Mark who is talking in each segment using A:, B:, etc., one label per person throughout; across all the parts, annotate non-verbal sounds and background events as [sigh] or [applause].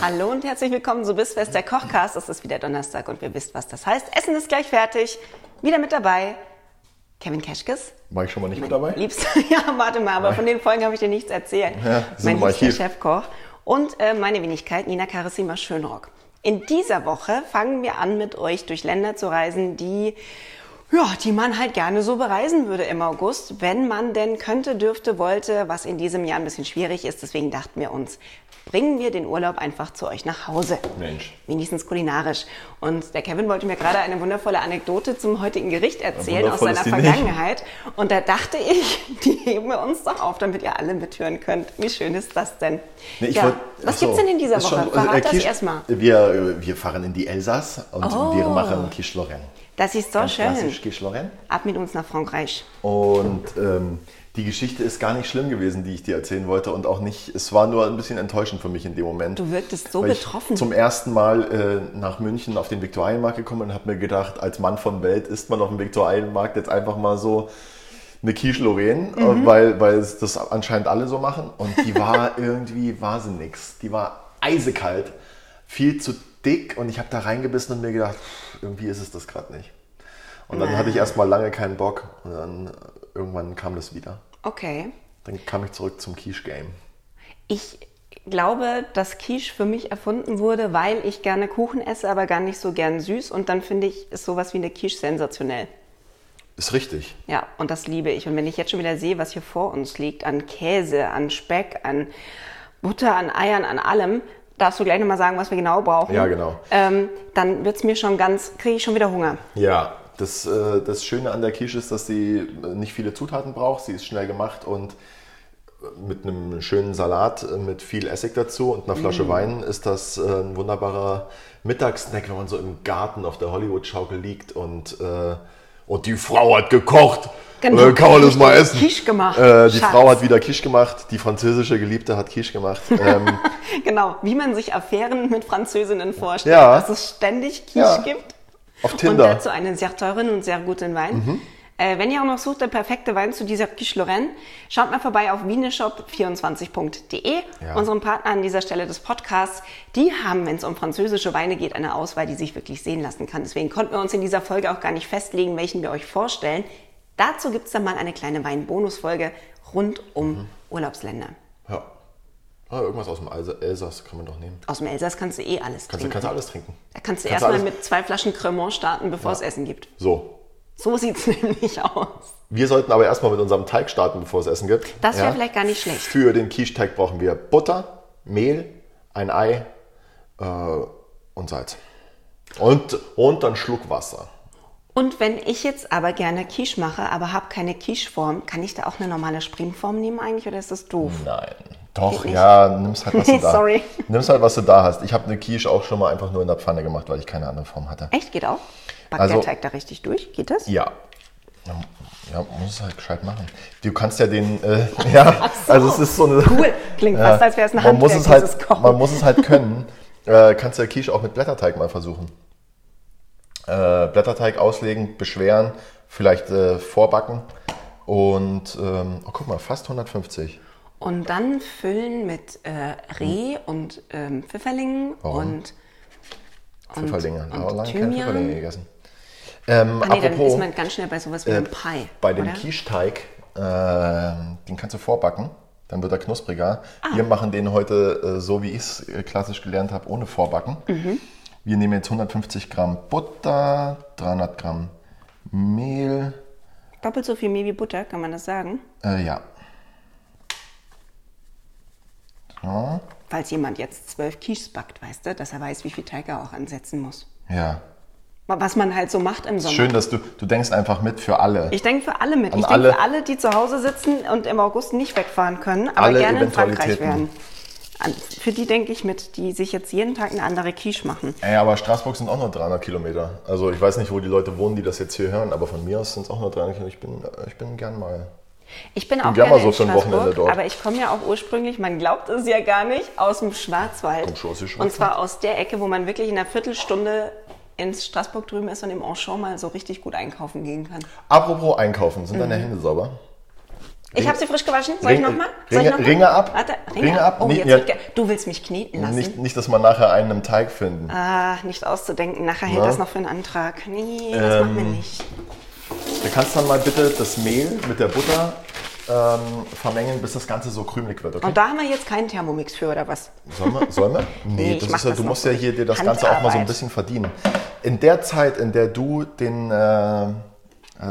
A: Hallo und herzlich willkommen zu Bissfest der Kochcast. Es ist wieder Donnerstag und wir wisst, was das heißt. Essen ist gleich fertig. Wieder mit dabei Kevin Keschkes.
B: War ich schon mal nicht mit dabei?
A: Liebster, [laughs] ja, warte mal, aber von den Folgen habe ich dir nichts erzählt.
B: Ja,
A: mein
B: sind im
A: liebster
B: Archiv.
A: Chefkoch und äh, meine Wenigkeit Nina Carissima Schönrock. In dieser Woche fangen wir an, mit euch durch Länder zu reisen, die ja, die man halt gerne so bereisen würde im August, wenn man denn könnte, dürfte, wollte, was in diesem Jahr ein bisschen schwierig ist. Deswegen dachten wir uns, bringen wir den Urlaub einfach zu euch nach Hause.
B: Mensch.
A: Wenigstens kulinarisch. Und der Kevin wollte mir gerade eine wundervolle Anekdote zum heutigen Gericht erzählen aus
B: wundervoll
A: seiner
B: ist die nicht.
A: Vergangenheit. Vergangenheit. Und da dachte ich, [laughs] die heben wir uns doch auf, damit ihr alle mithören könnt. Wie schön ist das denn?
B: Nee, ich
A: ja.
B: wollt-
A: Was
B: achso,
A: gibt's denn in dieser
B: ist
A: Woche?
B: schon-
A: Verrat
B: äh,
A: das
B: Quiche-
A: erstmal.
B: Wir, äh, wir fahren in die Elsass und
A: Oh.
B: wir machen Quiche Lorraine.
A: Das ist so
B: Ganz
A: schön.
B: klassisch Quiche Lorraine.
A: Ab mit uns nach Frankreich.
B: Und ähm, die Geschichte ist gar nicht schlimm gewesen, die ich dir erzählen wollte und auch nicht, es war nur ein bisschen enttäuschend für mich in dem Moment.
A: Du wirktest so
B: weil ich
A: betroffen.
B: Zum ersten Mal äh, nach München auf den Viktualienmarkt gekommen und habe mir gedacht, als Mann von Welt ist man auf dem Viktualienmarkt jetzt einfach mal so eine Quiche Lorraine, äh, weil, weil es das anscheinend alle so machen. Und die war irgendwie, war sie nix. Die war eisekalt, viel zu dick und ich habe da reingebissen und mir gedacht, pff, irgendwie ist es das gerade nicht. Und dann hatte ich erstmal lange keinen Bock und dann äh, irgendwann kam das wieder.
A: Okay.
B: Dann kam ich zurück zum Quiche Game.
A: Ich glaube, dass Quiche für mich erfunden wurde, weil ich gerne Kuchen esse, aber gar nicht so gern süß. Und dann finde ich, ist sowas wie eine Quiche sensationell.
B: Ist richtig.
A: Ja, und das liebe ich. Und wenn ich jetzt schon wieder sehe, was hier vor uns liegt, an Käse, an Speck, an Butter, an Eiern, an allem, darfst du gleich nochmal sagen, was wir genau brauchen.
B: Ja, genau.
A: Ähm, dann wird's mir schon ganz, kriege ich schon wieder Hunger. [laughs]
B: Ja, das, äh, das Schöne an der Quiche ist, dass sie äh, nicht viele Zutaten braucht. Sie ist schnell gemacht und äh, mit einem schönen Salat äh, mit viel Essig dazu und einer Flasche
A: Mm.
B: Wein ist das äh, ein wunderbarer Mittagssnack, wenn man so im Garten auf der Hollywood-Schaukel liegt und, äh, und die Frau hat gekocht.
A: Genau.
B: Äh, kann man das mal
A: Richtig
B: essen?
A: Quiche gemacht,
B: Äh, die
A: Schatz.
B: Frau hat wieder Quiche gemacht. Die französische Geliebte hat Quiche
A: [laughs]
B: gemacht. Ähm,
A: Genau, wie man sich Affären mit Französinnen vorstellt,
B: Ja.
A: dass es ständig Quiche
B: Ja.
A: gibt.
B: auf Tinder. Mhm.
A: Und dazu einen sehr teuren und sehr guten Wein. Äh, wenn ihr auch noch sucht, der perfekte Wein zu dieser Quiche Lorraine, schaut mal vorbei auf wieneshop24.de,
B: Ja.
A: unserem Partner an dieser Stelle des Podcasts. Die haben, wenn es um französische Weine geht, eine Auswahl, die sich wirklich sehen lassen kann. Deswegen konnten wir uns in dieser Folge auch gar nicht festlegen, welchen wir euch vorstellen. Dazu gibt es dann mal eine kleine Weinbonusfolge rund um
B: Mhm.
A: Urlaubsländer.
B: ja. Ah, irgendwas aus dem Elsa- Elsass kann man doch nehmen.
A: Aus dem Elsass kannst du eh alles
B: Kannst du
A: trinken.
B: kannst du alles trinken.
A: da kannst du
B: kannst du
A: erstmal
B: alles-
A: mit zwei Flaschen Cremant starten, bevor es Essen gibt.
B: So,
A: So sieht es [laughs] nämlich aus.
B: Wir sollten aber erstmal mit unserem Teig starten, bevor es Essen gibt.
A: Das wäre vielleicht gar nicht schlecht.
B: Für den Quiche-Teig brauchen wir Butter, Mehl, ein Ei äh, und Salz. Und, und dann Schluck Wasser.
A: Und wenn ich jetzt aber gerne Quiche mache, aber habe keine Quicheform, kann ich da auch eine normale Springform nehmen eigentlich oder ist das doof?
B: Nein. Doch,
A: Geht nicht.
B: ja, nimm's halt, was
A: [laughs]
B: du da
A: Sorry.
B: Nimm's halt, was du da hast. Ich habe eine Quiche auch schon mal einfach nur in der Pfanne gemacht, weil ich keine andere Form hatte.
A: Echt, geht auch? Backt
B: Also-
A: der Teig da richtig durch? Geht das?
B: Ja. Ja, muss es halt gescheit machen. Du kannst ja den, äh, [laughs] ja,
A: so.
B: also es ist so eine.
A: Cool. Klingt fast, als wär's ein
B: man muss
A: Handwerk,
B: es halt,
A: dieses Kochen.
B: Man muss es halt
A: [laughs]
B: können. äh, kannst ja Quiche auch mit Blätterteig mal versuchen. Äh, Blätterteig auslegen, beschweren, vielleicht äh, vorbacken und, ähm, oh guck mal, fast 150.
A: Und dann füllen mit äh,
B: Hm.
A: Reh und ähm, Pfifferlingen
B: Warum?
A: und, und,
B: Pfifferlinge. Ich habe
A: und
B: lange keine Pfifferlinge
A: Thymian.
B: gegessen. Ähm,
A: Ah nee, dann
B: apropos, äh,
A: ist man ganz schnell bei sowas wie einem Pie.
B: bei dem
A: oder?
B: Quiche-Teig, äh, den kannst du vorbacken, dann wird er knuspriger.
A: Ah.
B: Wir machen den heute äh, so, wie ich es klassisch gelernt habe, ohne Vorbacken.
A: Mhm.
B: Wir nehmen jetzt 150 Gramm Butter, 300 Gramm Mehl,
A: Doppelt so viel Mehl wie Butter, kann man das sagen?
B: äh, ja. So,
A: Falls jemand jetzt zwölf Quiches backt, weißt du, dass er weiß, wie viel Teig er auch ansetzen muss.
B: ja.
A: Was man halt so macht im Sommer.
B: Schön, dass du, du denkst einfach mit für alle.
A: Ich denke für alle mit.
B: An
A: ich denke
B: alle-
A: für alle, die zu Hause sitzen und im August nicht wegfahren können, aber
B: Alle
A: gerne in Frankreich
B: Eventualitäten.
A: wären. An- Für die denke ich mit, die sich jetzt jeden Tag eine andere Quiche machen.
B: Ey, aber Straßburg sind auch nur 300 Kilometer. Also ich weiß nicht, wo die Leute wohnen, die das jetzt hier hören, aber von mir aus sind es auch nur 300 Kilometer. Ich bin, äh, ich bin gern mal.
A: Ich bin auch
B: ja
A: gerne
B: mal so
A: in
B: für ein
A: Straßburg,
B: Wochenende dort.
A: aber ich komme ja auch ursprünglich, man glaubt es ja gar nicht, aus dem Schwarzwald.
B: Kommst du aus dem
A: und
B: Schwarzwald?
A: zwar aus der Ecke, wo man wirklich in einer Viertelstunde ins Straßburg drüben ist und im Enchant mal so richtig gut einkaufen gehen kann.
B: Apropos einkaufen, sind
A: Mhm.
B: deine Hände sauber?
A: Ich habe sie frisch gewaschen. Soll ich
B: Ringe-
A: nochmal? Soll ich
B: Ringe-
A: noch mal?
B: Ringe ab.
A: Warte, Ringe,
B: Ringe
A: ab.
B: ab.
A: Oh,
B: Nee,
A: jetzt
B: ja.
A: wird ge- du willst mich kneten lassen.
B: Nicht, nicht, dass man nachher einen im Teig finden.
A: Ah, nicht auszudenken. Nachher hält
B: Na? Ähm.
A: das noch für einen Antrag. Nee, das machen wir nicht.
B: Du kannst dann mal bitte das Mehl mit der Butter ähm, vermengen, bis das Ganze so krümelig wird, okay?
A: Und da haben wir jetzt keinen Thermomix für, oder was?
B: Sollen wir? Sollen wir?
A: [laughs] Nee,
B: Nee,
A: ich
B: das
A: mach
B: ist ja,
A: das
B: du
A: noch
B: musst
A: so
B: ja hier dir das Ganze auch mal so ein
A: Handarbeit.
B: bisschen verdienen. In der Zeit, in der du den, äh, äh,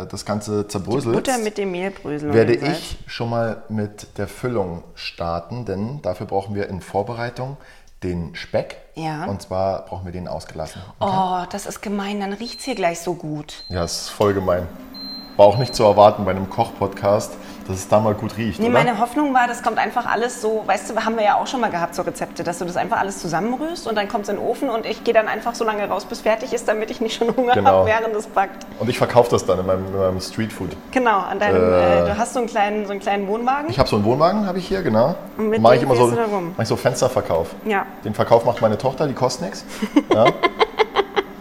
B: das Ganze zerbröselst,
A: Butter mit dem Mehlbrösel. und
B: werde
A: dem Salz.
B: ich schon mal mit der Füllung starten, denn dafür brauchen wir in Vorbereitung den Speck.
A: Ja.
B: Und zwar brauchen wir den ausgelassen.
A: Oh, das ist gemein. Dann riecht's hier gleich so gut.
B: Ja, ist voll gemein. War auch nicht zu erwarten bei einem Koch-Podcast, dass es da mal gut riecht.
A: Nee,
B: oder?
A: meine Hoffnung war, das kommt einfach alles so, weißt du, haben wir ja auch schon mal gehabt, so Rezepte, dass du das einfach alles zusammenrührst und dann kommt's in den Ofen und ich gehe dann einfach so lange raus, bis fertig ist, damit ich nicht schon Hunger
B: Genau.
A: habe, während es backt.
B: Und ich verkaufe das dann in meinem, in meinem Streetfood.
A: Genau, an deinem, äh, du hast so einen kleinen, so einen kleinen Wohnwagen.
B: Ich habe so einen Wohnwagen, habe ich hier, genau.
A: Und mit
B: Mach ich
A: dem
B: immer so,
A: fährst du da rum?
B: mach ich so Fensterverkauf.
A: Ja.
B: Den Verkauf macht meine Tochter, die kostet
A: [laughs]
B: nichts. Ja.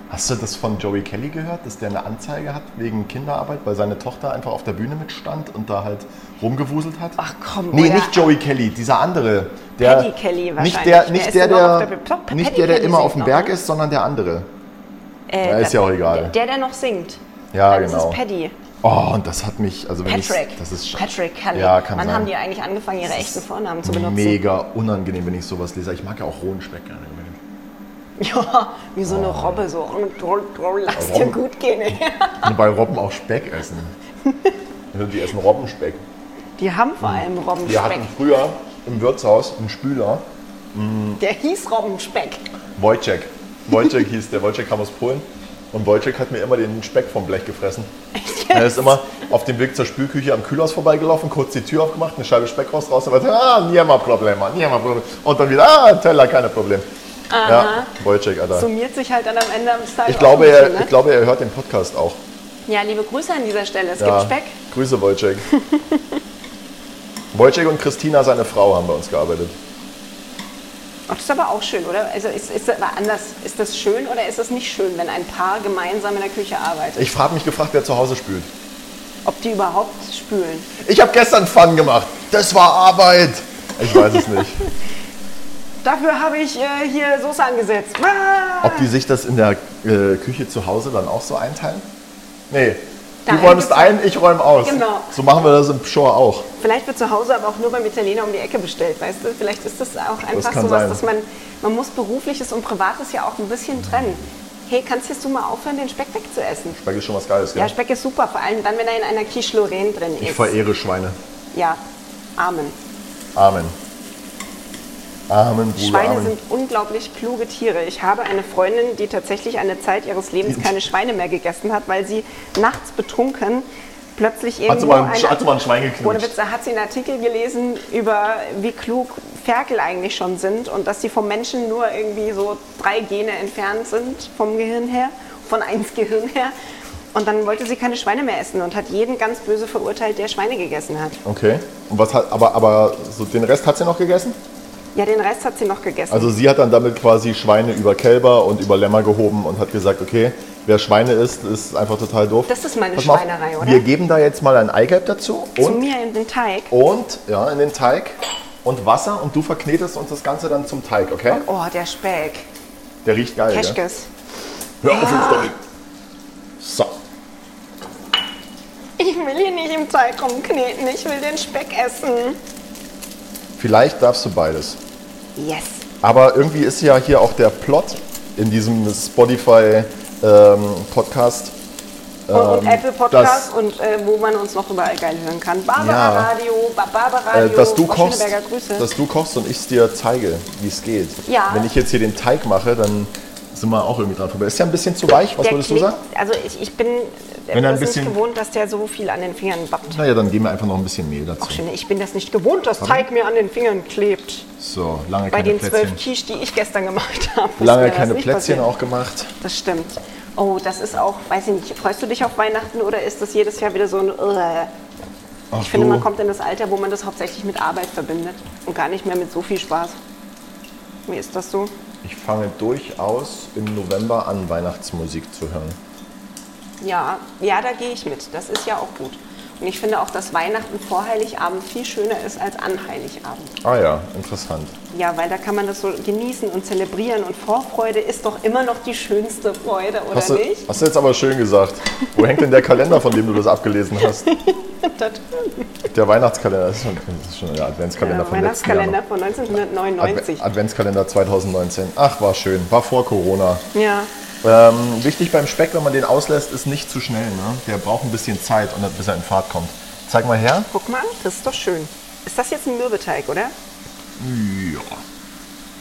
B: Hast du das von Joey Kelly gehört, dass der eine Anzeige hat wegen Kinderarbeit, weil seine Tochter einfach auf der Bühne mitstand und da halt rumgewuselt hat?
A: Ach komm,
B: Nee,
A: oder?
B: nicht Joey Kelly, dieser andere.
A: Paddy Kelly wahrscheinlich.
B: Nicht der,
A: Der
B: nicht
A: ist
B: der,
A: immer
B: der,
A: auf der- Doch, Paddy
B: nicht der, der
A: Kelly
B: immer auf
A: singt
B: dem
A: noch,
B: Berg
A: ne?
B: ist, sondern der andere.
A: Äh,
B: Ja, ist ja auch egal.
A: Der, der noch singt.
B: Ja,
A: Ah, das
B: genau.
A: ist Paddy.
B: Oh, und das hat mich, also wenn
A: Patrick.
B: ich, das ist sch-
A: Patrick Kelly.
B: Ja, kann
A: Wann
B: sein.
A: haben die eigentlich angefangen, ihre echten Vornamen zu benutzen?
B: Mega unangenehm, wenn ich sowas lese. Ich mag ja auch rohen Speck gerne.
A: [laughs] Ja, wie so
B: Oh.
A: eine Robbe, so. "Oh, Lass dir
B: Robben.
A: gut gehen, [laughs] ey.
B: Und bei Robben auch
A: [laughs]
B: Speck essen. Also Die essen Robbenspeck.
A: Die haben vor allem
B: Hm. Wir
A: Robbenspeck.
B: hatten früher im Wirtshaus einen Spüler,
A: Der hieß Robbenspeck.
B: Wojciech. Wojciech hieß der, Wojciech kam aus Polen. Und Wojciech hat mir immer den Speck vom Blech gefressen. Er ist immer auf dem Weg zur Spülküche am Kühlhaus vorbeigelaufen, kurz die Tür aufgemacht, eine Scheibe Speck raus, raus, und weiter, ah, nie mal Problem, nie mal Problem. Und dann wieder, ah, Teller, keine Problem. Ja, Wojciech, Alter.
A: Summiert sich halt dann am Ende am Style.
B: Ich glaube,
A: Offen,
B: er,
A: ne?
B: ich glaube, er hört den Podcast auch.
A: Ja, liebe Grüße an dieser Stelle. Es
B: Ja.
A: gibt Speck.
B: Grüße, Wojciech. Wojciech und Christina, seine Frau, haben bei uns gearbeitet.
A: Ach, das ist aber auch schön, oder? Also ist, ist das aber anders. Ist das schön oder ist das nicht schön, wenn ein Paar gemeinsam in der Küche arbeitet?
B: Ich habe mich gefragt, wer zu Hause spült.
A: Ob die überhaupt spülen?
B: Ich habe gestern Fun gemacht. Das war Arbeit. Ich weiß
A: [laughs]
B: es nicht.
A: Dafür habe ich äh, hier Soße angesetzt. Ah!
B: Ob die sich das in der äh, Küche zu Hause dann auch so einteilen? Nee.
A: Da
B: du räumst
A: ein-
B: ein, ich räume aus.
A: Genau.
B: So machen wir das im Show auch.
A: Vielleicht wird zu Hause aber auch nur beim Italiener um die Ecke bestellt, weißt du? Vielleicht ist das auch einfach
B: kann
A: sowas,
B: sein.
A: dass man, man muss Berufliches und Privates ja auch ein bisschen trennen. Hey, kannst jetzt du mal aufhören, den Speck wegzuessen?
B: Speck ist schon was Geiles, gell?
A: Ja, Speck ist super, vor allem dann, wenn er in einer Quiche Lorraine drin
B: ich
A: ist.
B: verehre Schweine.
A: Ja, Amen.
B: Amen. Amen, Bruder,
A: Schweine
B: Amen.
A: sind unglaublich kluge Tiere. Ich habe eine Freundin, die tatsächlich eine Zeit ihres Lebens keine Schweine mehr gegessen hat, weil sie nachts betrunken plötzlich irgendwo
B: hat, sie mal ein,
A: eine-
B: hat sie mal ein Schwein
A: Ohne
B: geknutscht?
A: Witz, da hat sie einen Artikel gelesen über wie klug Ferkel eigentlich schon sind und dass sie vom Menschen nur irgendwie so drei Gene entfernt sind vom Gehirn her, von eins Gehirn her. Und dann wollte sie keine Schweine mehr essen und hat jeden ganz böse verurteilt, der Schweine gegessen hat.
B: Okay. Und was hat, aber, aber so den Rest hat sie noch gegessen?
A: Ja, den Rest hat sie noch gegessen.
B: Also sie hat dann damit quasi Schweine über Kälber und über Lämmer gehoben und hat gesagt, okay, wer Schweine isst, ist einfach total doof.
A: Das ist meine
B: Pass mal auf,
A: Schweinerei, oder?
B: Wir geben da jetzt mal ein Eigelb dazu
A: Zu
B: und, Oh.
A: mir in den Teig.
B: und ja, in den Teig und Wasser und du verknetest uns das Ganze dann zum Teig, okay?
A: Oh, der Speck.
B: Der riecht geil, gell?
A: Keschkes.
B: Hör auf jetzt damit. So.
A: Ich will hier nicht im Teig rumkneten, ich will den Speck essen.
B: Vielleicht darfst du beides.
A: Yes.
B: Aber irgendwie ist ja hier auch der Plot in diesem Spotify ähm, Podcast
A: Und, und Apple Podcast
B: Ähm, das-
A: und äh, wo man uns noch überall geil hören kann. Barbara
B: Ja.
A: Radio, ba Barbara
B: äh,
A: Radio,
B: dass du
A: Frau
B: kochst,
A: Schöneberger Grüße.
B: dass du kochst und ich es dir zeige, wie es geht.
A: Ja.
B: Wenn ich jetzt hier den Teig mache, dann sind wir auch irgendwie dran vorbei. Ist ja ein bisschen zu weich, was
A: Der
B: würdest du
A: klebt-
B: sagen?
A: Also ich, ich bin
B: Wenn er ein
A: das nicht
B: bisschen-
A: gewohnt, dass der so viel an den Fingern bappt.
B: Naja, dann geben wir einfach noch ein bisschen Mehl dazu.
A: Ich bin das nicht gewohnt, dass Teig mir an den Fingern klebt.
B: So, lange
A: Bei
B: keine
A: den zwölf
B: Plätzchen.
A: Quiche, die ich gestern gemacht habe. ist mir
B: Lange
A: das
B: keine
A: nicht
B: Plätzchen
A: passiert.
B: auch gemacht.
A: Das stimmt. Oh, das ist auch, weiß ich nicht, freust du dich auf Weihnachten oder ist das jedes Jahr wieder so ein... Äh?
B: Ach
A: Ich finde,
B: du.
A: man kommt in das Alter, wo man das hauptsächlich mit Arbeit verbindet und gar nicht mehr mit so viel Spaß. Wie ist das so?
B: Ich fange durchaus im November an, Weihnachtsmusik zu hören.
A: Ja, ja, da gehe ich mit. Das ist ja auch gut. Und ich finde auch, dass Weihnachten vor Heiligabend viel schöner ist als an Heiligabend.
B: Ah ja, interessant.
A: Ja, weil da kann man das so genießen und zelebrieren. Und Vorfreude ist doch immer noch die schönste Freude, oder
B: Hast du,
A: nicht?
B: hast du jetzt aber schön gesagt. Wo hängt denn der Kalender, von dem du das abgelesen hast?
A: [laughs] Das-
B: Der Weihnachtskalender das ist schon, das ist schon der Adventskalender
A: Ja,
B: vom letzten Jahr.
A: Weihnachtskalender
B: noch.
A: von
B: Adve
A: 1999.
B: Adventskalender 2019. Ach, war schön. War vor Corona.
A: ja,
B: Ähm, wichtig beim Speck, wenn man den auslässt, ist nicht zu schnell. Ne? Der braucht ein bisschen Zeit, und dann- bis er in Fahrt kommt. Zeig mal her.
A: guck mal, das ist doch schön. Ist das jetzt ein Mürbeteig, oder?
B: Ja,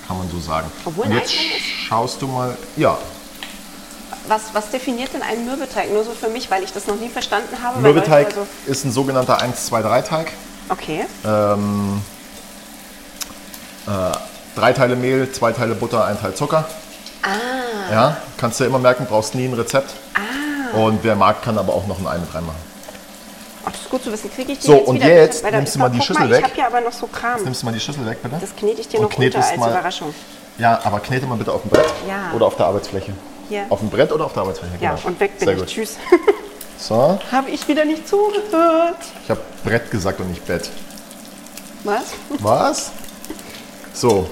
B: kann man so sagen.
A: Obwohl
B: und
A: ein
B: jetzt
A: Eichhorn ist?
B: schaust du mal. Ja,
A: Was, was definiert denn einen Mürbeteig? Nur so für mich, weil ich das noch nie verstanden habe. weil Leute
B: Mürbeteig
A: Also,
B: ist ein sogenannter 1-2-3-Teig.
A: okay,
B: Drei Teile Mehl, zwei Teile Butter, ein Teil Zucker. Ah. Ja, kannst du ja immer merken, brauchst nie ein Rezept. Ah. Und wer mag, kann aber auch noch ein Ei mit reinmachen.
A: Ach, das ist gut zu wissen. Kriege ich den
B: So,
A: jetzt
B: und
A: wieder? Ich hab
B: jetzt
A: bei der-
B: nimmst du mal die
A: guck
B: Schüssel
A: Ich
B: weg.
A: habe hier aber noch so Kram.
B: Nimmst du mal die Schüssel weg, bitte?
A: Das knete ich dir
B: Und
A: noch runter
B: knetest
A: als
B: mal-
A: Überraschung.
B: Ja, aber knete mal bitte auf dem Brett
A: Ja.
B: oder auf der Arbeitsfläche.
A: Hier.
B: Auf dem Brett oder auf der Arbeitsfläche?
A: Ja,
B: genau.
A: und weg bin
B: Sehr
A: ich.
B: Gut.
A: Tschüss. [laughs]
B: So,
A: habe ich wieder nicht zugehört.
B: ich habe Brett gesagt und nicht Bett.
A: Was?
B: Was? So,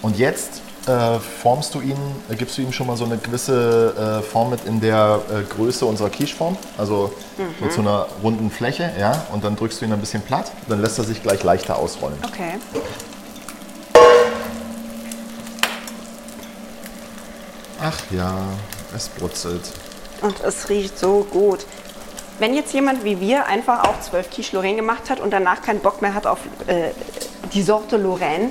B: und jetzt äh, formst du ihn, äh, gibst du ihm schon mal so eine gewisse äh, Form mit in der äh, Größe unserer Quicheform, also
A: Mhm.
B: mit so einer runden Fläche, ja, und dann drückst du ihn ein bisschen platt, dann lässt er sich gleich leichter ausrollen.
A: Okay.
B: Ach ja, es brutzelt.
A: Und es riecht so gut. Wenn jetzt jemand wie wir einfach auch 12 Quiche Lorraine gemacht hat und danach keinen Bock mehr hat auf äh, die Sorte Lorraine,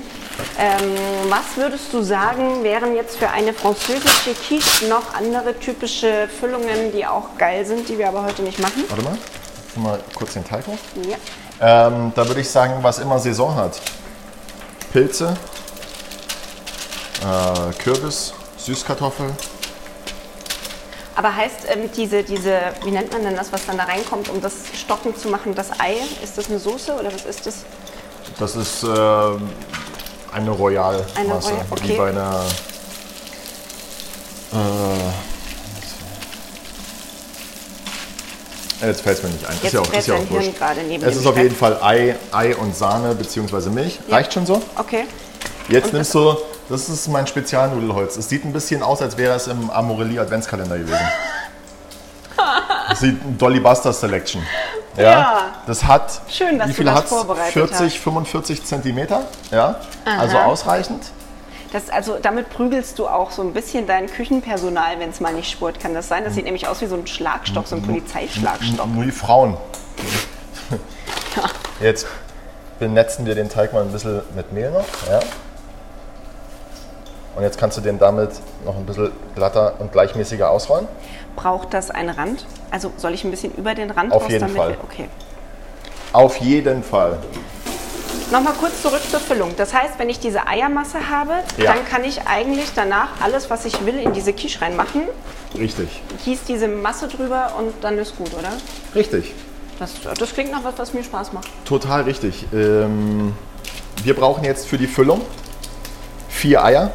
A: ähm, was würdest du sagen, wären jetzt für eine französische Quiche noch andere typische Füllungen, die auch geil sind, die wir aber heute nicht machen?
B: Warte mal, ich mach mal kurz den Teig hoch.
A: Ja.
B: Ähm, da würde ich sagen, was immer Saison hat. Pilze, äh, Kürbis, Süßkartoffel,
A: Aber heißt ähm, diese, diese, wie nennt man denn das, was dann da reinkommt, um das stocken zu machen, das Ei? Ist das eine Soße oder was ist das?
B: Das ist ähm, eine Royal-Masse,
A: Eine Royal- okay.
B: wie bei einer. Äh, jetzt fällt es mir nicht ein.
A: Jetzt
B: ist ja auch,
A: brennt
B: ist ja
A: dein
B: auch
A: Hirn
B: wurscht.
A: gerade neben
B: Es
A: dem
B: ist auf
A: Speck.
B: jeden Fall Ei, Ei und Sahne bzw. Milch. Reicht schon so?
A: Okay.
B: Jetzt nimmst du. Das ist mein Spezialnudelholz. Es sieht ein bisschen aus, als wäre es im Amorelli
A: [laughs]
B: Adventskalender gewesen. Das sieht Dolly Buster Selection. Ja. Das hat.
A: Schön, dass
B: wie
A: du
B: viele
A: das
B: hat's?
A: vorbereitet
B: 40,
A: hast.
B: 45 Zentimeter. Ja. Also ausreichend.
A: Das, also damit prügelst du auch so ein bisschen dein Küchenpersonal, wenn es mal nicht spurt. Kann das sein? Das sieht nämlich aus wie so ein Schlagstock, so ein Polizeischlagstock.
B: N- Nur
A: [laughs]
B: die Frauen. Jetzt benetzen wir den Teig mal ein bisschen mit Mehl noch. Ja. Und jetzt kannst du den damit noch ein bisschen glatter und gleichmäßiger ausrollen.
A: Braucht das einen Rand? Also soll ich ein bisschen über den Rand
B: Auf
A: raus,
B: jeden
A: damit
B: Fall.
A: wir- Okay.
B: Auf jeden Fall.
A: Nochmal kurz zurück zur Füllung. Das heißt, wenn ich diese Eiermasse habe,
B: Ja.
A: dann kann ich eigentlich danach alles, was ich will, in diese Quiche reinmachen.
B: Richtig.
A: Gieß diese Masse drüber und dann ist gut, oder?
B: Richtig.
A: Das, das klingt nach was, was mir Spaß macht.
B: Total richtig. Ähm, wir brauchen jetzt für die Füllung vier Eier,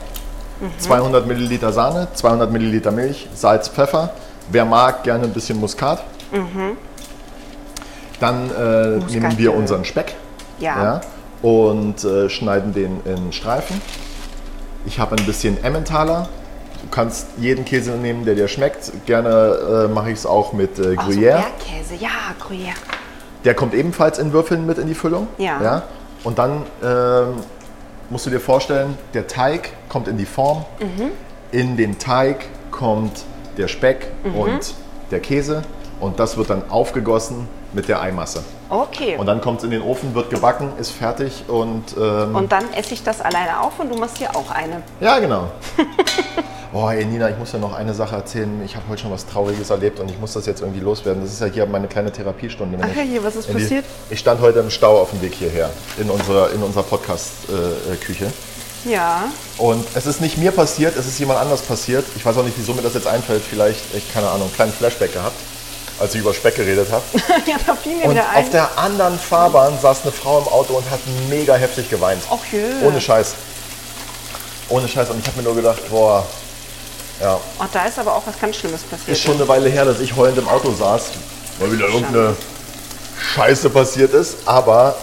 A: Mhm.
B: 200 Milliliter Sahne, 200 Milliliter Milch, Salz, Pfeffer. Wer mag, gerne ein bisschen Muskat. Dann äh, nehmen wir
A: Mhm. ja.
B: unseren Speck
A: Ja.
B: ja, und äh, schneiden den in Streifen. Ich habe ein bisschen Emmentaler. Du kannst jeden Käse nehmen, der dir schmeckt. Gerne äh, mache ich es auch mit äh,
A: Ach, so
B: Gruyère.
A: Bergkäse, ja, Gruyère.
B: Der kommt ebenfalls in Würfeln mit in die Füllung.
A: Ja.
B: Und dann ähm, musst du dir vorstellen, der Teig kommt in die Form.
A: Mhm.
B: In den Teig kommt der Speck
A: Mhm.
B: und der Käse. Und das wird dann aufgegossen mit der Eimasse.
A: Okay.
B: Und dann kommt es in den Ofen, wird gebacken, ist fertig und ähm,
A: Und dann esse ich das alleine auf und du machst dir auch eine.
B: ja, genau. [laughs] boah, ey Nina, ich muss dir noch eine Sache erzählen. Ich habe heute schon was Trauriges erlebt und ich muss das jetzt irgendwie loswerden. Das ist ja hier meine kleine Therapiestunde. wenn
A: Ach
B: ich-
A: ja, hier, was ist
B: wenn die-
A: passiert?
B: Ich stand heute im Stau auf dem Weg hierher in unserer, in unserer Podcast-Küche.
A: Ja.
B: Und es ist nicht mir passiert, es ist jemand anders passiert. Ich weiß auch nicht, wieso mir das jetzt einfällt. Vielleicht, ich keine Ahnung, einen kleinen Flashback gehabt, als ich über Speck geredet
A: [laughs]
B: habe.
A: ja, da fiel mir
B: Und
A: wieder ein.
B: auf der anderen Fahrbahn saß eine Frau im Auto und hat mega heftig geweint.
A: Och, jö.
B: Ohne Scheiß. Ohne Scheiß. Und ich habe mir nur gedacht, boah, ja,
A: oh, da ist aber auch was ganz Schlimmes passiert.
B: ist schon eine Weile her, dass ich heulend im Auto saß, weil wieder irgendeine Scheiße passiert ist. Aber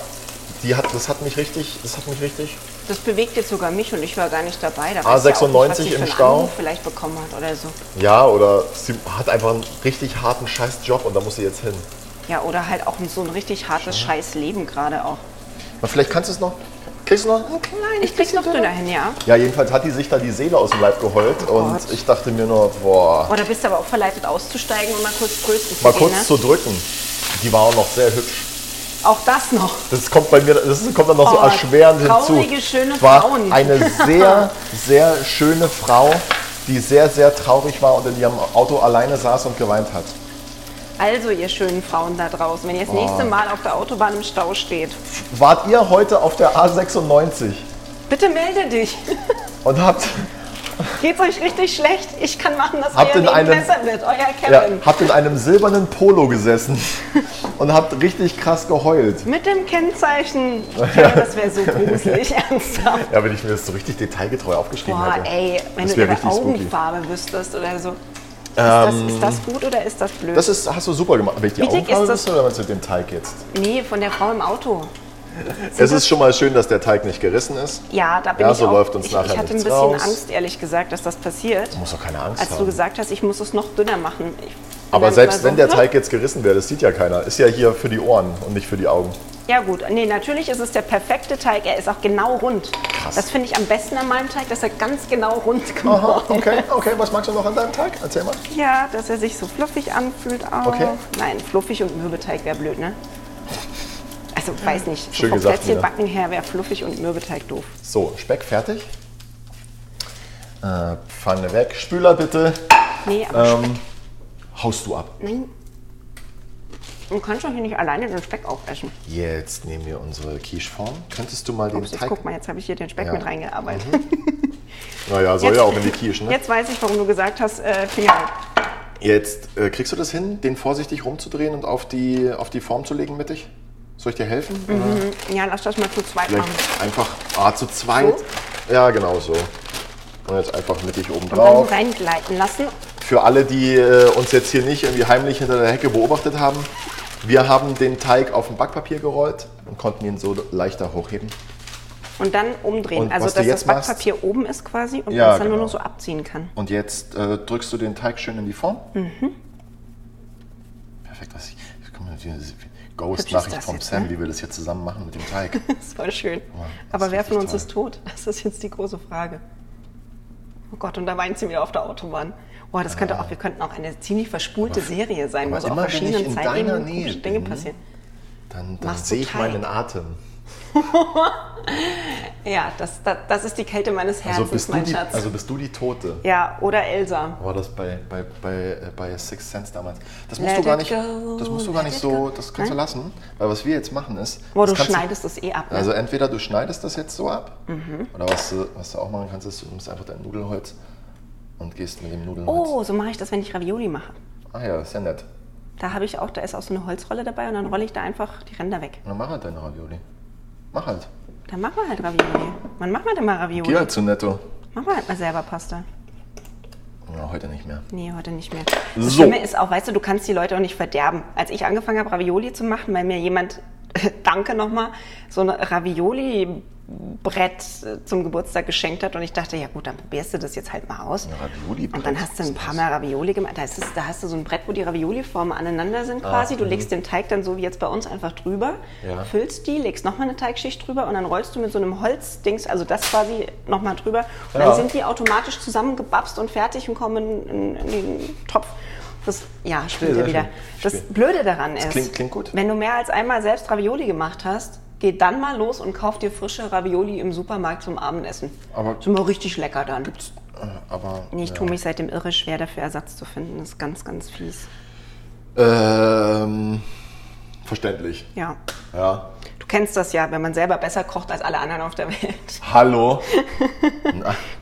B: die hat, das hat mich richtig, das hat mich richtig.
A: Das bewegt jetzt sogar mich und ich war gar nicht dabei. Da
B: A96
A: weiß ich auch nicht, was die
B: im
A: für einen
B: Stau.
A: Anruf vielleicht bekommen hat oder so.
B: Ja, oder sie hat einfach einen richtig harten Scheißjob und da muss sie jetzt hin.
A: Ja, oder halt auch so ein richtig hartes Scheißleben gerade auch.
B: Aber vielleicht kannst du es noch. Kriegst du noch?
A: Nein, ich krieg's noch dünner hin, ja.
B: Ja, jedenfalls hat die sich da die Seele aus dem Leib geheult und ich dachte mir nur, boah.
A: Oder Oh, bist aber auch verleitet auszusteigen und mal kurz trösten zu
B: Mal
A: gehen,
B: kurz
A: ne?
B: zu drücken. Die war auch noch sehr hübsch.
A: Auch das noch.
B: Das kommt bei mir, das kommt dann noch so
A: Oh,
B: erschwerend hinzu.
A: traurige, schöne
B: Es war
A: Frauen. [laughs]
B: eine sehr, sehr schöne Frau, die sehr, sehr traurig war und in ihrem Auto alleine saß und geweint hat.
A: Also, ihr schönen Frauen da draußen, wenn ihr das
B: Ah.
A: nächste Mal auf der Autobahn im Stau steht,
B: Wart ihr heute auf der A96
A: bitte melde dich.
B: und habt,
A: Geht's euch richtig schlecht? Ich kann machen, dass
B: Habt
A: euer
B: in
A: Leben
B: einem-
A: besser wird. Euer
B: ja,
A: Kevin.
B: habt in einem silbernen Polo gesessen [laughs] und habt richtig krass geheult?
A: Mit dem
B: [laughs]
A: Kennzeichen. Ja, das wäre so gruselig, [laughs] ernsthaft.
B: Ja, wenn ich mir das so richtig detailgetreu aufgeschrieben
A: Boah,
B: hätte.
A: ey, wenn
B: Das
A: du
B: wär
A: ihre
B: richtig spooky. Ähm,
A: Augenfarbe wüsstest oder so. Ist, das, ist das gut oder ist das blöd?
B: Das ist, hast du super gemacht. Wenn ich die
A: Wie dick
B: Augenfarbe
A: ist das?
B: wüsste, oder wenn es mit dem Teig jetzt?
A: nee, von der Frau im Auto.
B: Es ist schon mal schön, dass der Teig nicht gerissen ist.
A: Ja, da bin
B: Ja,
A: ich
B: so
A: auch,
B: läuft uns
A: ich,
B: nachher
A: Ich hatte ein
B: nichts
A: bisschen
B: raus.
A: Angst, ehrlich gesagt, dass das passiert.
B: Du musst doch keine Angst
A: als
B: haben.
A: du gesagt hast, ich muss es noch dünner machen. Ich bin
B: Aber
A: dann
B: selbst
A: immer
B: wenn
A: [laughs]
B: der
A: hm,
B: Teig jetzt gerissen wäre, das sieht ja keiner. Ist ja hier für die Ohren und nicht für die Augen.
A: Ja gut, nee, natürlich ist es der perfekte Teig. Er ist auch genau rund.
B: Krass.
A: Das finde ich am besten an meinem Teig, dass er ganz genau rund
B: Aha,
A: gemacht
B: okay, okay. Was magst du noch an deinem Teig? Erzähl mal.
A: Ja, dass er sich so fluffig anfühlt auch.
B: Okay.
A: Nein, fluffig und Mürbeteig wäre blöd, ne? Also, weiß nicht.
B: Schön
A: vom
B: gesagt,
A: Plätzchen
B: Nina.
A: backen her wäre fluffig und Mürbeteig doof.
B: So, Speck fertig. Äh, Pfanne weg. Spüler bitte.
A: Nee, aber
B: Ähm, haust du ab.
A: nein. Du kannst doch hier nicht alleine den Speck aufessen.
B: Jetzt nehmen wir unsere Quicheform. Könntest du mal den
A: Ups, jetzt
B: Teig...
A: guck mal, jetzt habe ich hier den Speck
B: Ja.
A: mit reingearbeitet. [laughs]
B: Naja, soll
A: Jetzt-
B: ja auch in die Quiche, ne? Jetzt,
A: Jetzt weiß ich, warum du gesagt hast, äh, Finger weg.
B: äh, kriegst du das hin, den vorsichtig rumzudrehen und auf die, auf die Form zu legen mittig? Soll ich dir helfen?
A: Mhm.
B: Oder?
A: Ja, lass das mal zu zweit machen.
B: Vielleicht einfach ah, zu zweit. Ja, genau so. Und jetzt einfach mittig oben
A: Und dann
B: drauf.
A: reingleiten lassen.
B: Für alle, die äh, uns jetzt hier nicht irgendwie heimlich hinter der Hecke beobachtet haben, wir haben den Teig auf dem Backpapier gerollt und konnten ihn so leichter hochheben.
A: Und dann umdrehen.
B: Und
A: also,
B: was
A: dass
B: du
A: das
B: jetzt machst-
A: Backpapier oben ist quasi und
B: Ja,
A: man es dann nur
B: genau.
A: noch so abziehen kann.
B: Und jetzt äh, drückst du den Teig schön in die Form.
A: Mhm.
B: Perfekt. Was ich, jetzt kommt mir diese
A: Hübsch ist
B: Ghost-Nachricht
A: das
B: vom
A: jetzt,
B: Sam,
A: ne?
B: wie wir das jetzt zusammen machen mit dem Teig.
A: [laughs] Das war schön.
B: das
A: Aber
B: ist
A: wer von
B: richtig
A: uns ist tot? Das ist jetzt die große Frage. Oh Gott, und da weint sie wieder auf der Autobahn. Boah, das könnte auch, wir könnten auch eine ziemlich verspulte Serie sein, wo
B: aber
A: so auf
B: immer, wenn ich
A: verschiedenen
B: in
A: Zeitebenen
B: deiner Nähe
A: komische Dinge
B: bin,
A: passieren.
B: Dann, dann
A: Machst du
B: sehe ich
A: Teig.
B: meinen Atem.
A: Ja, das, das, das ist die Kälte meines
B: Also
A: Herzens,
B: bist, du
A: mein
B: die,
A: Schatz.
B: also bist du die Tote.
A: ja, oder Elsa.
B: war das bei, bei, bei, äh, bei Sixth Sense damals. Das musst
A: Let
B: du gar
A: it
B: nicht,
A: go,
B: das musst du gar
A: let
B: nicht
A: it
B: so,
A: go.
B: das kannst
A: Nein?
B: du lassen, weil was wir jetzt machen ist.
A: Boah,
B: das
A: du
B: kannst
A: schneidest das eh ab. Ne? Mhm.
B: Also entweder du schneidest das jetzt so ab, oder was du, was du auch machen kannst, ist, du nimmst einfach dein Nudelholz und gehst mit dem Nudelholz.
A: oh, so mache ich das, wenn ich Ravioli mache.
B: Ah ja, ist ja nett.
A: Da habe ich auch, da ist auch so eine Holzrolle dabei und dann rolle ich da einfach die Ränder weg.
B: Dann mach halt deine Ravioli. Mach halt.
A: Dann machen wir halt Ravioli. Wann machen wir denn mal Ravioli?
B: Geh halt zu netto.
A: Machen wir halt mal selber Pasta.
B: Ja, heute nicht mehr.
A: Nee, heute nicht mehr.
B: So.
A: Das Schlimme ist auch, weißt du, du kannst die Leute auch nicht verderben. Als ich angefangen habe, Ravioli zu machen, weil mir jemand, [laughs] danke nochmal, so ein Ravioli-Brett äh, zum Geburtstag geschenkt hat und ich dachte, ja gut, dann probierst du das jetzt halt mal aus.
B: Ravioli-Brett,
A: und dann hast du
B: was
A: ein
B: ist
A: paar
B: das?
A: Mal Ravioli gemacht. Da, ist es, da hast du so ein Brett, wo die Ravioli-Formen aneinander sind quasi. du legst den Teig dann so wie jetzt bei uns einfach drüber,
B: mhm. Ja.
A: füllst die, legst nochmal eine Teigschicht drüber und dann rollst du mit so einem Holzdings, also das quasi nochmal drüber. Und
B: Ja.
A: dann sind die automatisch zusammengebapst und fertig und kommen in, in, in den Topf. Das, ja, stimmt
B: sehr
A: ja wieder.
B: schön.
A: Das
B: Spiel.
A: Blöde daran ist,
B: klingt- klingt gut.
A: wenn du mehr als einmal selbst Ravioli gemacht hast, geh dann mal los und kauf dir frische Ravioli im Supermarkt zum Abendessen.
B: Aber-
A: sind mal richtig lecker dann.
B: Äh, Aber
A: Nee, ich
B: ja.
A: tue mich seitdem irre schwer, dafür Ersatz zu finden. Das ist ganz, ganz fies.
B: Ähm, verständlich.
A: Ja.
B: Ja.
A: Du kennst das ja, wenn man selber besser kocht als alle anderen auf der Welt. [laughs]
B: Hallo.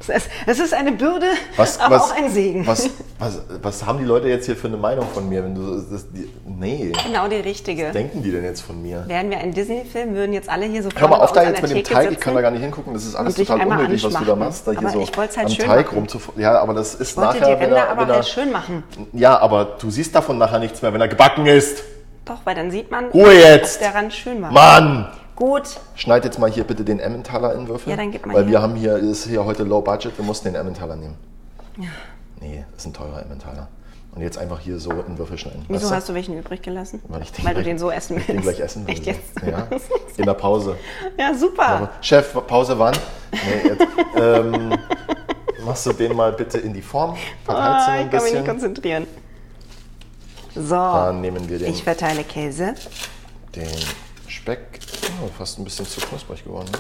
A: Das ist, das ist eine Bürde,
B: Was,
A: aber
B: was,
A: auch ein Segen.
B: Was, was, was haben die Leute jetzt hier für eine Meinung von mir? Wenn du, das, die, nee, was
A: Genau die richtige.
B: denken die denn jetzt von mir?
A: Wären wir ein Disney-Film, würden jetzt alle hier sofort
B: Hör mal auf
A: bei uns
B: da jetzt
A: an
B: mit
A: der
B: dem
A: Theke
B: Teig, ich kann da
A: sitzen.
B: gar nicht hingucken, das ist alles
A: Und dich
B: total
A: einmal
B: unnötig, was du da
A: anschmachen.
B: machst, da hier
A: Aber
B: so
A: ich wollt's halt
B: am
A: schön
B: Teig
A: machen.
B: rumzuf... Ja, aber das ist
A: Ich wollte die
B: nachher, wenn
A: Ränder
B: er,
A: aber
B: wenn
A: halt
B: er,
A: schön machen.
B: Ja, aber du siehst davon nachher nichts mehr, wenn er gebacken ist.
A: Doch, weil dann sieht man,
B: Ruhe jetzt!
A: dass der Rand schön war.
B: Mann!
A: Gut,
B: Schneid jetzt mal hier bitte den Emmentaler in Würfel.
A: Ja, dann gib mal
B: Weil
A: her.
B: wir haben hier, ist hier heute Low Budget, wir mussten den Emmentaler nehmen. Ja. Nee, ist ein teurer Emmentaler. Und jetzt einfach hier so in Würfel schneiden.
A: wieso
B: weißt du?
A: hast du welchen übrig gelassen?
B: Weil, ich den
A: du
B: gleich-
A: den so essen
B: ich
A: willst.
B: Den gleich essen will.
A: Echt jetzt? [laughs]
B: Ja. In der Pause.
A: Ja, super.
B: Chef, Pause wann? Nee, jetzt. ähm, machst du den mal bitte in die Form? Verteilst
A: Ah,
B: ihn
A: ich
B: ein
A: kann mich nicht
B: bisschen.
A: konzentrieren. So,
B: Dann nehmen wir den,
A: ich verteile Käse.
B: den Speck. Oh, fast ein bisschen zu knusprig geworden. Ne?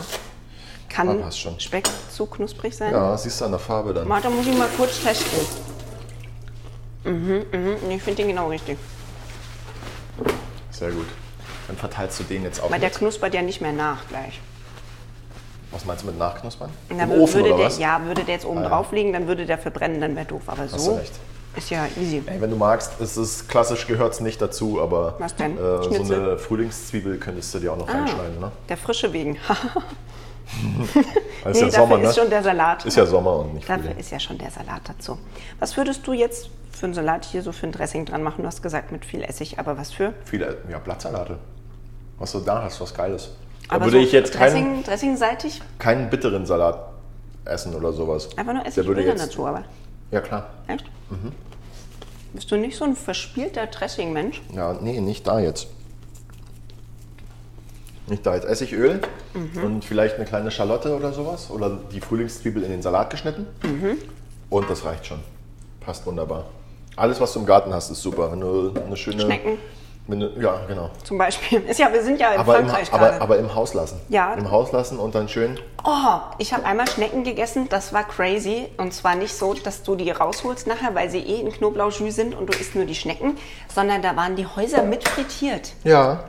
A: Kann
B: Aber passt schon.
A: Speck zu knusprig sein?
B: Ja, siehst du an der Farbe dann.
A: Warte, muss ich mal kurz testen. Mhm, mhm, ich finde den genau richtig.
B: Sehr gut. Dann verteilst du den jetzt auch.
A: Weil der
B: Mit.
A: knuspert ja nicht mehr nach gleich.
B: Was meinst du mit Nachknuspern?
A: Und
B: Im
A: wür-
B: Ofen
A: würde
B: oder
A: der,
B: was? Ah,
A: Ja, würde der jetzt oben
B: ja.
A: drauf liegen, dann würde der verbrennen, dann wäre doof. Aber
B: Hast
A: so
B: du recht.
A: ist ja easy.
B: Ey, wenn du magst, es ist klassisch, gehört es nicht dazu, aber
A: Was denn?
B: Äh, so
A: Schnitzel? Ah.
B: eine Frühlingszwiebel könntest du dir auch noch reinschneiden. Ne?
A: Der Frische wegen. [laughs]
B: Weil es
A: nee,
B: ja
A: dafür
B: Sommer,
A: ist
B: ne?
A: schon der Salat.
B: Ist ja Sommer und nicht
A: Dafür
B: Frühling.
A: ist ja schon der Salat dazu. Was würdest du jetzt für einen Salat hier so für ein Dressing dran machen? Du hast gesagt mit viel Essig, aber was für?
B: Viele, ja, Blattsalate. Was du da hast, was Geiles. Da
A: aber
B: würde
A: so
B: ich jetzt
A: Dressing,
B: keinen,
A: Dressingseitig?
B: keinen bitteren Salat essen oder sowas.
A: Einfach nur
B: Der
A: Essig
B: würde
A: Butter
B: jetzt- Mhm.
A: dazu, aber
B: Ja, klar.
A: echt? Bist du nicht so ein verspielter Dressing-Mensch?
B: Ja, nee, nicht da jetzt. Nicht da jetzt. Essigöl
A: Mhm.
B: und vielleicht eine kleine Schalotte oder sowas. Oder die Frühlingszwiebel in den Salat geschnitten.
A: Mhm.
B: Und das reicht schon. Passt wunderbar. Alles, was du im Garten hast, ist super. Wenn du eine schöne.
A: Schnecken.
B: Wenn du, ja, genau.
A: Zum Beispiel. [laughs] Ist ja, wir sind ja in
B: Aber im,
A: Frankreich gerade.
B: aber, aber im Haus lassen.
A: Ja.
B: Im Haus lassen und dann schön.
A: Oh, ich habe einmal Schnecken gegessen, das war crazy. Und zwar nicht so, dass du die rausholst nachher, weil sie eh in Knoblauchjus sind und du isst nur die Schnecken, sondern da waren die Häuser mit frittiert.
B: Ja.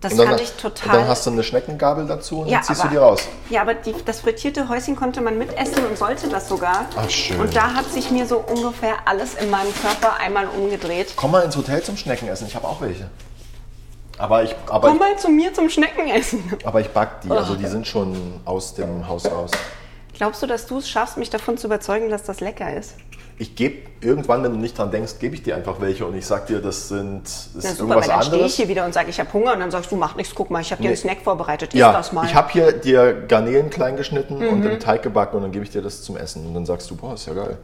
A: Das
B: Und dann,
A: fand ich
B: Und
A: total.
B: dann hast du eine Schneckengabel dazu und
A: Ja,
B: dann ziehst
A: aber-
B: du die raus.
A: Ja, aber die, das frittierte Häuschen konnte man mitessen und sollte das sogar.
B: Ach, schön.
A: Und da hat sich mir so ungefähr alles in meinem Körper einmal umgedreht.
B: Komm mal ins Hotel zum Schneckenessen. Ich habe auch welche. Aber ich, aber
A: Komm
B: ich,
A: mal zu mir zum Schneckenessen. [laughs]
B: aber ich back die. Also die sind schon aus dem Haus raus.
A: Glaubst du, dass du es schaffst, mich davon zu überzeugen, dass das lecker ist?
B: Ich gebe irgendwann, wenn du nicht dran denkst, gebe ich dir einfach welche und ich sag dir, das sind ist
A: Na super, weil dann
B: irgendwas
A: stehe ich
B: anderes.
A: hier wieder und sage, ich habe Hunger und dann sagst du, mach nichts, guck mal, ich habe dir einen Snack vorbereitet, iss
B: ja,
A: das mal. Mhm.
B: ich habe hier dir Garnelen klein geschnitten und im Teig gebacken und dann gebe ich dir das zum Essen und dann sagst du, boah, ist ja geil.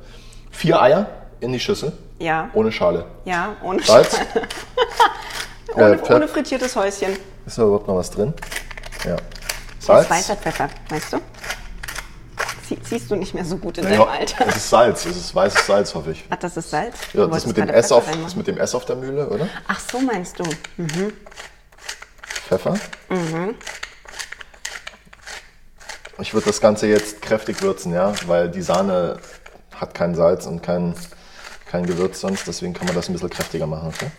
B: Vier Eier in die Schüssel.
A: Ja.
B: Ohne Schale.
A: ja, ohne [laughs]
B: Salz.
A: Ohne,
B: äh, Pfeffer.
A: ohne frittiertes Häuschen.
B: Ist da überhaupt noch was drin? Ja.
A: Das
B: Salz.
A: ist weißer Pfeffer, weißt du? Sie, siehst du nicht mehr so gut in deinem
B: ja,
A: Alter.
B: es ist Salz, es ist weißes Salz, hoffe ich.
A: Ach, das ist Salz? Du
B: Ja, das
A: wolltest
B: mit, dem
A: gerade
B: S auf,
A: Pfeffer
B: das
A: reinmachen.
B: mit dem S auf der Mühle, oder?
A: Ach so, meinst du.
B: Pfeffer.
A: Mhm.
B: Ich würde das Ganze jetzt kräftig würzen, ja, weil die Sahne hat kein Salz und kein, kein Gewürz sonst, deswegen kann man das ein bisschen kräftiger machen, okay?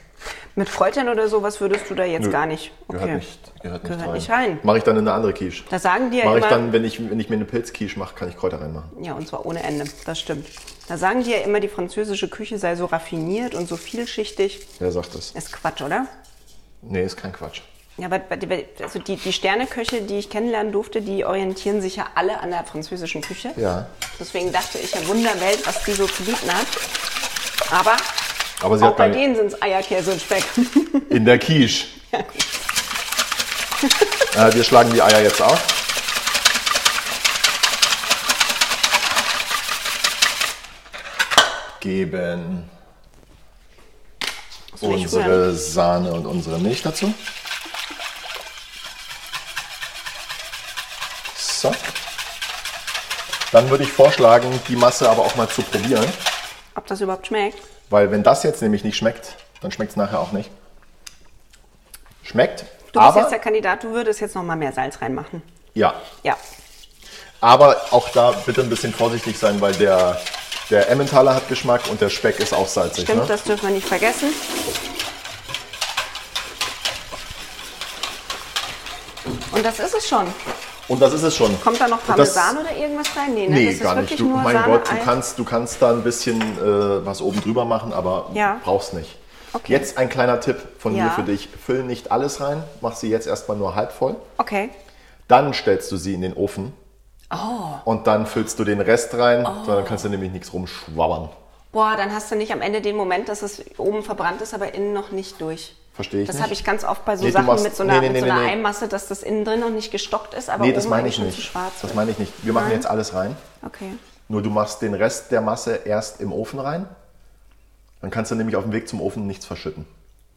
A: Mit Kräutern oder sowas würdest du da jetzt gar nicht.
B: Gehört nicht, gehört nicht
A: Gehört
B: rein.
A: nicht rein.
B: Mache ich dann in eine andere Quiche.
A: Das sagen die ja
B: Mache ich
A: immer-
B: dann, wenn ich, wenn ich mir eine Pilzquiche mache, kann ich Kräuter reinmachen.
A: Ja, und zwar ohne Ende, das stimmt. Da sagen die ja immer, die französische Küche sei so raffiniert und so vielschichtig.
B: Wer sagt das?
A: Ist Quatsch, oder?
B: Nee, ist kein Quatsch.
A: Ja, aber weil- also die, die Sterneköche, die ich kennenlernen durfte, die orientieren sich ja alle an der französischen Küche.
B: Ja.
A: Deswegen dachte ich ja Wunderwelt, was die so zu bieten hat. Aber,
B: Aber sie
A: auch
B: hat
A: bei
B: gar-
A: denen sind es Eierkäse und Speck. [laughs]
B: In der Quiche. äh, wir schlagen die Eier jetzt auf. Geben
A: riecht
B: unsere Sahne und unsere Milch dazu. So. Dann würde ich vorschlagen, die Masse aber auch mal zu probieren,
A: Ob das überhaupt schmeckt?
B: weil wenn das jetzt nämlich nicht schmeckt, dann schmeckt es nachher auch nicht. Schmeckt,
A: Du bist
B: aber
A: jetzt der Kandidat, du würdest jetzt noch mal mehr Salz reinmachen.
B: Ja,
A: Ja,
B: aber auch da bitte ein bisschen vorsichtig sein, weil der Der Emmentaler hat Geschmack und der Speck ist auch salzig.
A: Stimmt,
B: ne?
A: das dürfen wir nicht vergessen. Und das ist es schon.
B: Und das ist es schon.
A: Kommt da noch
B: Und das-
A: Parmesan oder irgendwas rein? Nee, ne?
B: Nee,
A: das
B: gar
A: ist
B: nicht.
A: wirklich
B: Du,
A: nur
B: mein
A: Sahne,
B: Gott, du
A: Ei.
B: kannst, du kannst da ein bisschen äh, was oben drüber machen, aber
A: Ja.
B: brauchst nicht.
A: Okay.
B: Jetzt ein kleiner Tipp von mir
A: Ja.
B: für dich. Füll nicht alles rein, mach sie jetzt erstmal nur halb voll.
A: Okay.
B: Dann stellst du sie in den Ofen.
A: Oh.
B: Und dann füllst du den Rest rein, weil dann kannst du nämlich nichts rumschwabbern.
A: Boah, dann hast du nicht am Ende den Moment, dass es oben verbrannt ist, aber innen noch nicht durch.
B: Verstehe ich
A: Das
B: nicht.
A: habe ich ganz oft bei so
B: Nee, du
A: Sachen
B: machst-
A: mit so einer,
B: nee,
A: mit
B: nee,
A: so
B: nee,
A: einer
B: nee.
A: Eimasse, dass das innen drin noch nicht gestockt ist, aber
B: nee,
A: oben
B: das meine
A: eigentlich
B: ich
A: schon
B: nicht.
A: zu schwarz
B: das
A: wird.
B: meine ich nicht. Wir machen
A: Nein?
B: jetzt alles rein.
A: Okay.
B: Nur du machst den Rest der Masse erst im Ofen rein. Dann kannst du nämlich auf dem Weg zum Ofen nichts verschütten.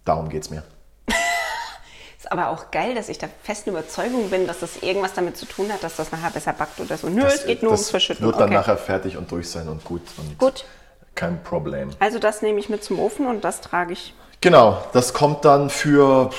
B: Darum geht's mir.
A: Ist aber auch geil, dass ich der festen Überzeugung bin, dass das irgendwas damit zu tun hat, dass das nachher besser backt oder so. Nö,
B: Das-
A: es geht nur
B: das
A: ums Verschütten.
B: Wird dann
A: okay.
B: nachher fertig und durch sein und gut. Und
A: Gut.
B: Kein Problem.
A: Also das nehme ich mit zum Ofen und das trage ich.
B: Genau, das kommt dann für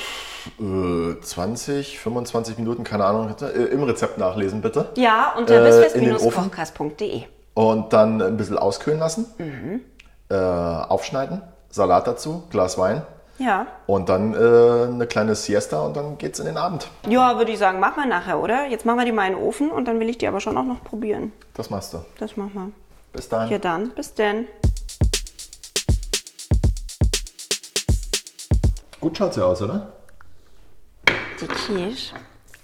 B: äh, 20, 25 Minuten, keine Ahnung, äh, im Rezept nachlesen bitte.
A: Ja, unter
B: Äh, in den Ofen.
A: bisfest-kochkast.de.
B: Und dann ein bisschen auskühlen lassen,
A: Mhm.
B: äh, aufschneiden, Salat dazu, Glas Wein
A: Ja.
B: und dann äh, eine kleine Siesta und dann geht's in den Abend.
A: Ja, würde ich sagen, machen wir nachher, oder? Jetzt machen wir die mal in den Ofen und dann will ich die aber schon auch noch probieren.
B: Das machst du.
A: Das machen wir.
B: Bis dahin.
A: Ja dann, bis denn.
B: Gut schaut's ja aus, oder?
A: Die Quiche,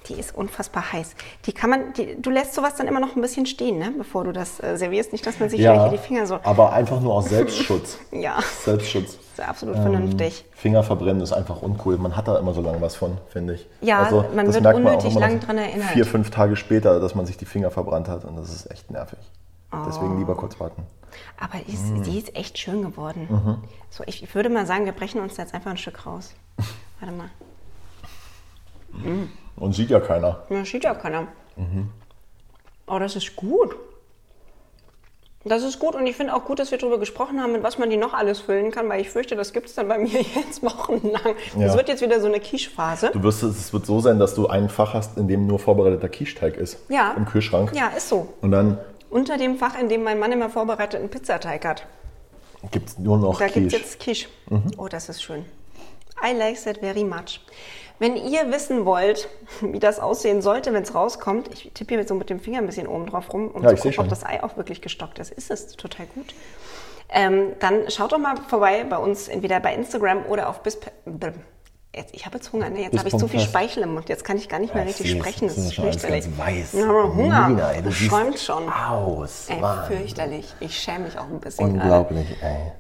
A: die ist unfassbar heiß. Die kann man, die, du lässt sowas dann immer noch ein bisschen stehen, ne? bevor du das äh, servierst. Nicht, dass man sich vielleicht hier die Finger so...
B: aber einfach nur aus Selbstschutz. [laughs]
A: Ja, [laughs] das
B: Selbstschutz.
A: ist absolut vernünftig.
B: Finger verbrennen ist einfach uncool. Man hat da immer so lange was von, finde ich. Also,
A: Ja, man wird
B: merkt auch
A: unnötig
B: immer noch
A: lang dran erinnert.
B: Vier, fünf Tage später, dass man sich die Finger verbrannt hat und das ist echt nervig.
A: Oh.
B: Deswegen lieber kurz warten.
A: Aber die ist, die ist echt schön geworden. So, ich, ich würde mal sagen, wir brechen uns da jetzt einfach ein Stück raus. Warte mal.
B: Und sieht ja keiner.
A: Das sieht ja keiner. Oh, das ist gut. Das ist gut und ich finde auch gut, dass wir darüber gesprochen haben, mit was man die noch alles füllen kann, weil ich fürchte, das gibt es dann bei mir [laughs] jetzt wochenlang. Das
B: Ja.
A: wird jetzt wieder so eine Quiche-Phase.
B: Du wirst es, es wird so sein, dass du ein Fach hast, in dem nur vorbereiteter Quicheteig ist.
A: Ja.
B: Im Kühlschrank.
A: Ja, ist so.
B: Und dann
A: Unter dem Fach, in dem mein Mann immer vorbereiteten Pizzateig hat.
B: gibt es nur noch
A: Da gibt es
B: Quiche. Mhm.
A: jetzt Quiche. Oh, das ist schön. I like that very much. Wenn ihr wissen wollt, [laughs] wie das aussehen sollte, wenn es rauskommt, ich tippe hier mit so mit dem Finger ein bisschen oben drauf rum, um
B: Ja,
A: zu
B: ich seh
A: gucken, ob
B: schon.
A: das Ei auch wirklich gestockt ist. Ist es total gut. Ähm, dann schaut doch mal vorbei bei uns, entweder bei Instagram oder auf bis. Jetzt, ich habe jetzt Hunger, ne? jetzt
B: Bis
A: habe ich zu viel
B: Punkt.
A: Speichel im Mund, jetzt kann ich gar nicht mehr
B: Ja, ich
A: richtig
B: seh's.
A: sprechen, das
B: Das ist
A: ist
B: schon alles
A: fürchterlich.
B: ganz weiß.
A: Ich habe Hunger,
B: Nina, ey, du
A: das
B: siehst
A: schäumt schon.
B: aus.
A: Ey,
B: Wahnsinn.
A: fürchterlich, ich schäme mich auch ein bisschen. gerade.
B: Unglaublich, ey.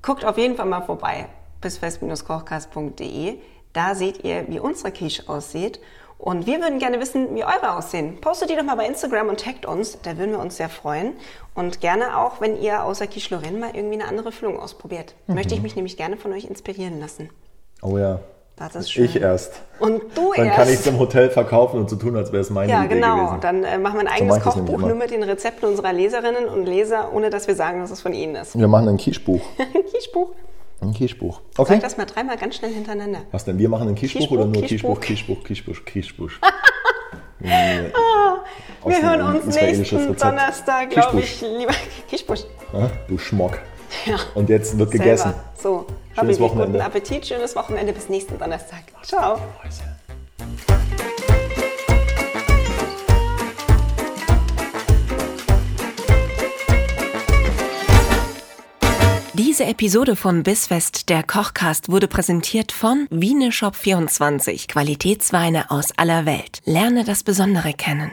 A: Guckt auf jeden Fall mal vorbei, bisfest-kochkast.de. Da seht ihr, wie unsere Quiche aussieht. Und wir würden gerne wissen, wie eure aussehen. Postet die doch mal bei Instagram und taggt uns, da würden wir uns sehr freuen. Und gerne auch, wenn ihr außer Quiche Lorraine mal irgendwie eine andere Füllung ausprobiert.
B: Mhm.
A: Möchte ich mich nämlich gerne von euch inspirieren lassen.
B: Oh ja.
A: Das ist schön.
B: Ich erst.
A: Und du
B: Dann
A: erst.
B: kann ich es im Hotel verkaufen und so tun, als wäre es meine
A: ja,
B: Idee
A: genau.
B: gewesen.
A: Dann äh, machen wir ein
B: mach
A: eigenes
B: ich das nämlich
A: Kochbuch
B: immer.
A: nur mit den Rezepten unserer Leserinnen und Leser, ohne dass wir sagen, dass es von ihnen ist. [laughs]
B: Wir machen ein Quichebuch.
A: Quichebuch.
B: Hm. Ein Quichebuch.
A: Sag
B: Okay.
A: das mal dreimal ganz schnell hintereinander.
B: Was denn? Wir machen ein Quichebuch
A: Quichebuch,
B: oder nur
A: Quichebuch?
B: Quichebuch, Quichebuch, Quichebuch, Quichebuch?
A: [laughs] Wir
B: Aus dem
A: Ah, hören uns
B: israelisches
A: nächsten
B: Rezept.
A: Donnerstag, glaube ich,
B: Kischbusch.
A: lieber [laughs] Kischbusch.
B: Ja, Du Schmock.
A: Ja.
B: Und jetzt wird gegessen.
A: Selber. So,
B: Schönes
A: hab ich guten
B: Wochenende.
A: Appetit, schönes Wochenende, bis nächsten Donnerstag. Ciao.
C: Diese Episode von Bissfest, der Kochcast, wurde präsentiert von Wieneshop24, Qualitätsweine aus aller Welt. Lerne das Besondere kennen.